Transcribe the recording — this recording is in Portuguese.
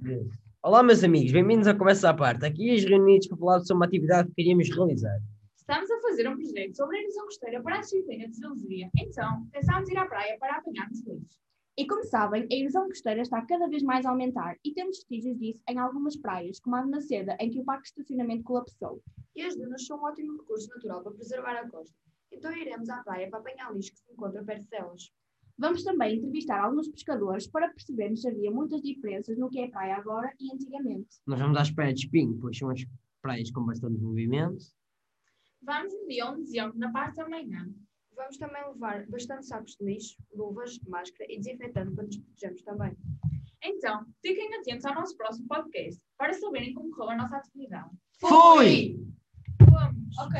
13. Olá, meus amigos, bem-vindos ao Começa à Parte. Aqui os reunidos para falar sobre uma atividade que queríamos realizar. Estamos a fazer um projeto sobre a erosão costeira para a disciplina de Geologia. Então, pensámos ir à praia para apanharmos lixo. E como sabem, a erosão costeira está cada vez mais a aumentar e temos vestígios disso em algumas praias, como a de Naceda, em que o parque de estacionamento colapsou. E as dunas são um ótimo recurso natural para preservar a costa. Então iremos à praia para apanhar lixo que se encontra perto delas. Vamos também entrevistar alguns pescadores para percebermos se havia muitas diferenças no que é praia agora e antigamente. Nós vamos às praias de Espinho, pois são as praias com bastante movimento. Vamos no dia 11 de dezembro, na parte da manhã. Vamos também levar bastante sacos de lixo, luvas, máscara e desinfetante para nos protegermos também. Então, fiquem atentos ao nosso próximo podcast para saberem como correu a nossa atividade. Fui! Vamos! Ok.